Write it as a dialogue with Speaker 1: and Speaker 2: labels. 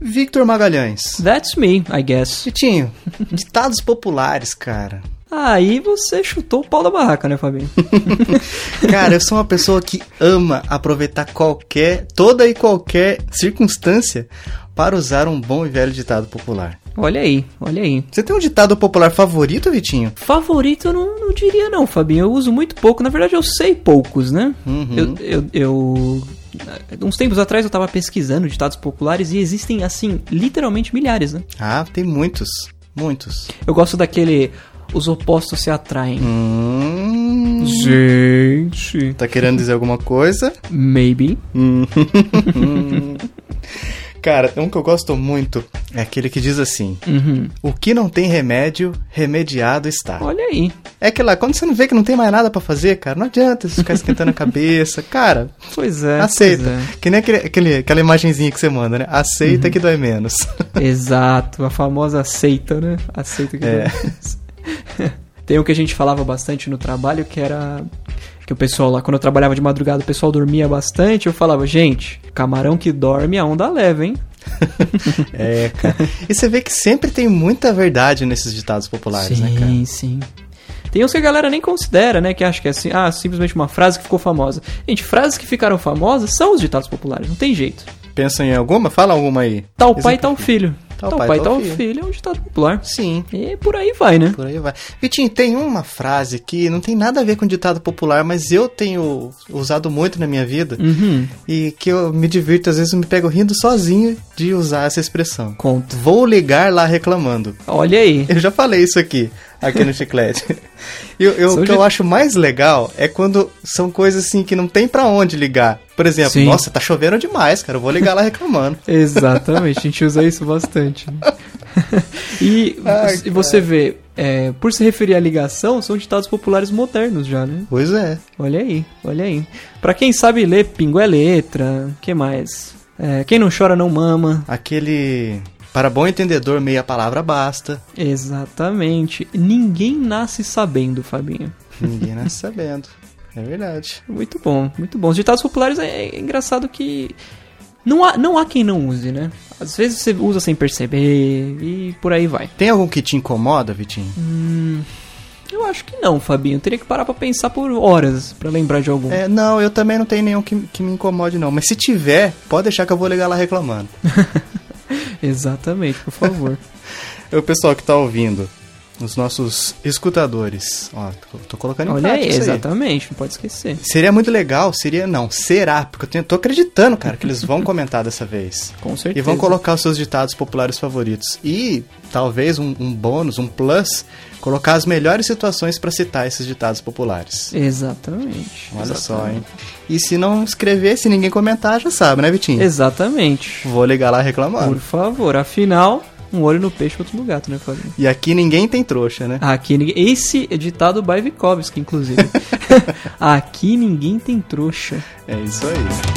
Speaker 1: Victor Magalhães.
Speaker 2: That's me, I guess.
Speaker 1: Titinho, ditados populares, cara.
Speaker 2: Aí você chutou o pau da barraca, né, Fabinho?
Speaker 1: Cara, eu sou uma pessoa que ama aproveitar qualquer, toda e qualquer circunstância para usar um bom e velho ditado popular.
Speaker 2: Olha aí, olha aí.
Speaker 1: Você tem um ditado popular favorito, Vitinho?
Speaker 2: Favorito eu não, não diria não, Fabinho. Eu uso muito pouco. Na verdade, eu sei poucos, né?
Speaker 1: Uhum.
Speaker 2: Eu, eu, eu- Uns tempos atrás eu tava pesquisando ditados populares e existem, assim, literalmente milhares, né?
Speaker 1: Ah, tem muitos. Muitos.
Speaker 2: Eu gosto daquele... Os opostos se atraem.
Speaker 1: Hum.
Speaker 2: Gente...
Speaker 1: Tá querendo dizer alguma coisa?
Speaker 2: Maybe.
Speaker 1: Cara, um que eu gosto muito é aquele que diz assim:
Speaker 2: Uhum.
Speaker 1: O que não tem remédio, remediado está.
Speaker 2: Olha aí.
Speaker 1: É que lá, quando você não vê que não tem mais nada pra fazer, cara, não adianta você ficar esquentando a cabeça. Cara,
Speaker 2: Pois é.
Speaker 1: aceita.
Speaker 2: pois
Speaker 1: Que nem aquele, aquele- aquela imagenzinha que você manda, né? Aceita que dói menos.
Speaker 2: é. Exato. A famosa aceita, né? Aceita que
Speaker 1: É.
Speaker 2: dá. Tem o que a gente falava bastante no trabalho, que era... Que o pessoal lá, quando eu trabalhava de madrugada, o pessoal dormia bastante. Eu falava, gente, camarão que dorme, a onda leva, hein?
Speaker 1: é, cara. E você vê que sempre tem muita verdade nesses ditados populares,
Speaker 2: sim,
Speaker 1: né, cara?
Speaker 2: sim. Tem uns que a galera nem considera, né? Que acha que é assim, ah, simplesmente uma frase que ficou famosa. Gente, frases que ficaram famosas são os ditados populares, não tem jeito.
Speaker 1: Pensam em alguma? Fala alguma aí.
Speaker 2: Tal pai, tal filho.
Speaker 1: é Tal pai, tal filho.
Speaker 2: filho é um ditado popular.
Speaker 1: Sim.
Speaker 2: E por aí vai, né?
Speaker 1: Por aí vai. Vitinho, tem uma frase que não tem nada a ver com ditado popular, mas eu tenho usado muito na minha vida
Speaker 2: Uhum.
Speaker 1: e que eu me divirto, às vezes eu me pego rindo sozinho de usar essa expressão.
Speaker 2: Conta.
Speaker 1: Vou ligar lá reclamando.
Speaker 2: Olha aí.
Speaker 1: Eu já falei isso aqui, aqui no Chiclete. E o- eu-
Speaker 2: Sou
Speaker 1: o que
Speaker 2: de-
Speaker 1: eu acho mais legal é quando são coisas assim que não tem pra onde ligar. Por exemplo,
Speaker 2: Sim.
Speaker 1: nossa, tá chovendo demais, cara, eu vou ligar lá reclamando.
Speaker 2: Exatamente, a gente usa isso bastante. né? e
Speaker 1: Ai,
Speaker 2: e você vê, é, por se referir à ligação, são ditados populares modernos já, né?
Speaker 1: Pois é.
Speaker 2: Olha aí, olha aí. Pra quem sabe ler, pingo é letra, que mais? É, quem não chora não mama.
Speaker 1: Aquele. Para bom entendedor, meia palavra basta.
Speaker 2: Exatamente. Ninguém nasce sabendo, Fabinho.
Speaker 1: Ninguém nasce sabendo. É verdade.
Speaker 2: Muito bom, muito bom. Os ditados populares é é engraçado que não há, não há quem não use, né? Às vezes você usa sem perceber e por aí vai.
Speaker 1: Tem algum que te incomoda, Vitinho?
Speaker 2: Hum. Eu acho que não, Fabinho. Eu teria que parar pra pensar por horas pra lembrar de algum.
Speaker 1: É, não, eu também não tenho nenhum que, que me incomode, não. Mas se tiver, pode deixar que eu vou ligar lá reclamando.
Speaker 2: Exatamente, por favor.
Speaker 1: O pessoal que tá ouvindo, os nossos escutadores. Ó, tô, tô colocando em
Speaker 2: Olha aí,
Speaker 1: prática um isso aí.
Speaker 2: exatamente, não pode esquecer.
Speaker 1: Seria muito legal, seria não, será, porque eu tenho- tô acreditando, cara, que eles vão comentar dessa vez.
Speaker 2: Com certeza.
Speaker 1: E vão colocar os seus ditados populares favoritos. E talvez um, um bônus, um plus, colocar as melhores situações pra citar esses ditados populares.
Speaker 2: Exatamente.
Speaker 1: Olha
Speaker 2: exatamente.
Speaker 1: só, hein? E se não escrever, se ninguém comentar, já sabe, né, Vitinho?
Speaker 2: Exatamente.
Speaker 1: Vou ligar lá
Speaker 2: Por
Speaker 1: reclamando.
Speaker 2: favor, afinal, um olho no peixe, outro no gato, né, Fabinho?
Speaker 1: E aqui ninguém tem trouxa, né?
Speaker 2: Aqui ninguém. Esse é ditado by Vikovsky, inclusive. Aqui ninguém tem trouxa.
Speaker 1: É isso aí.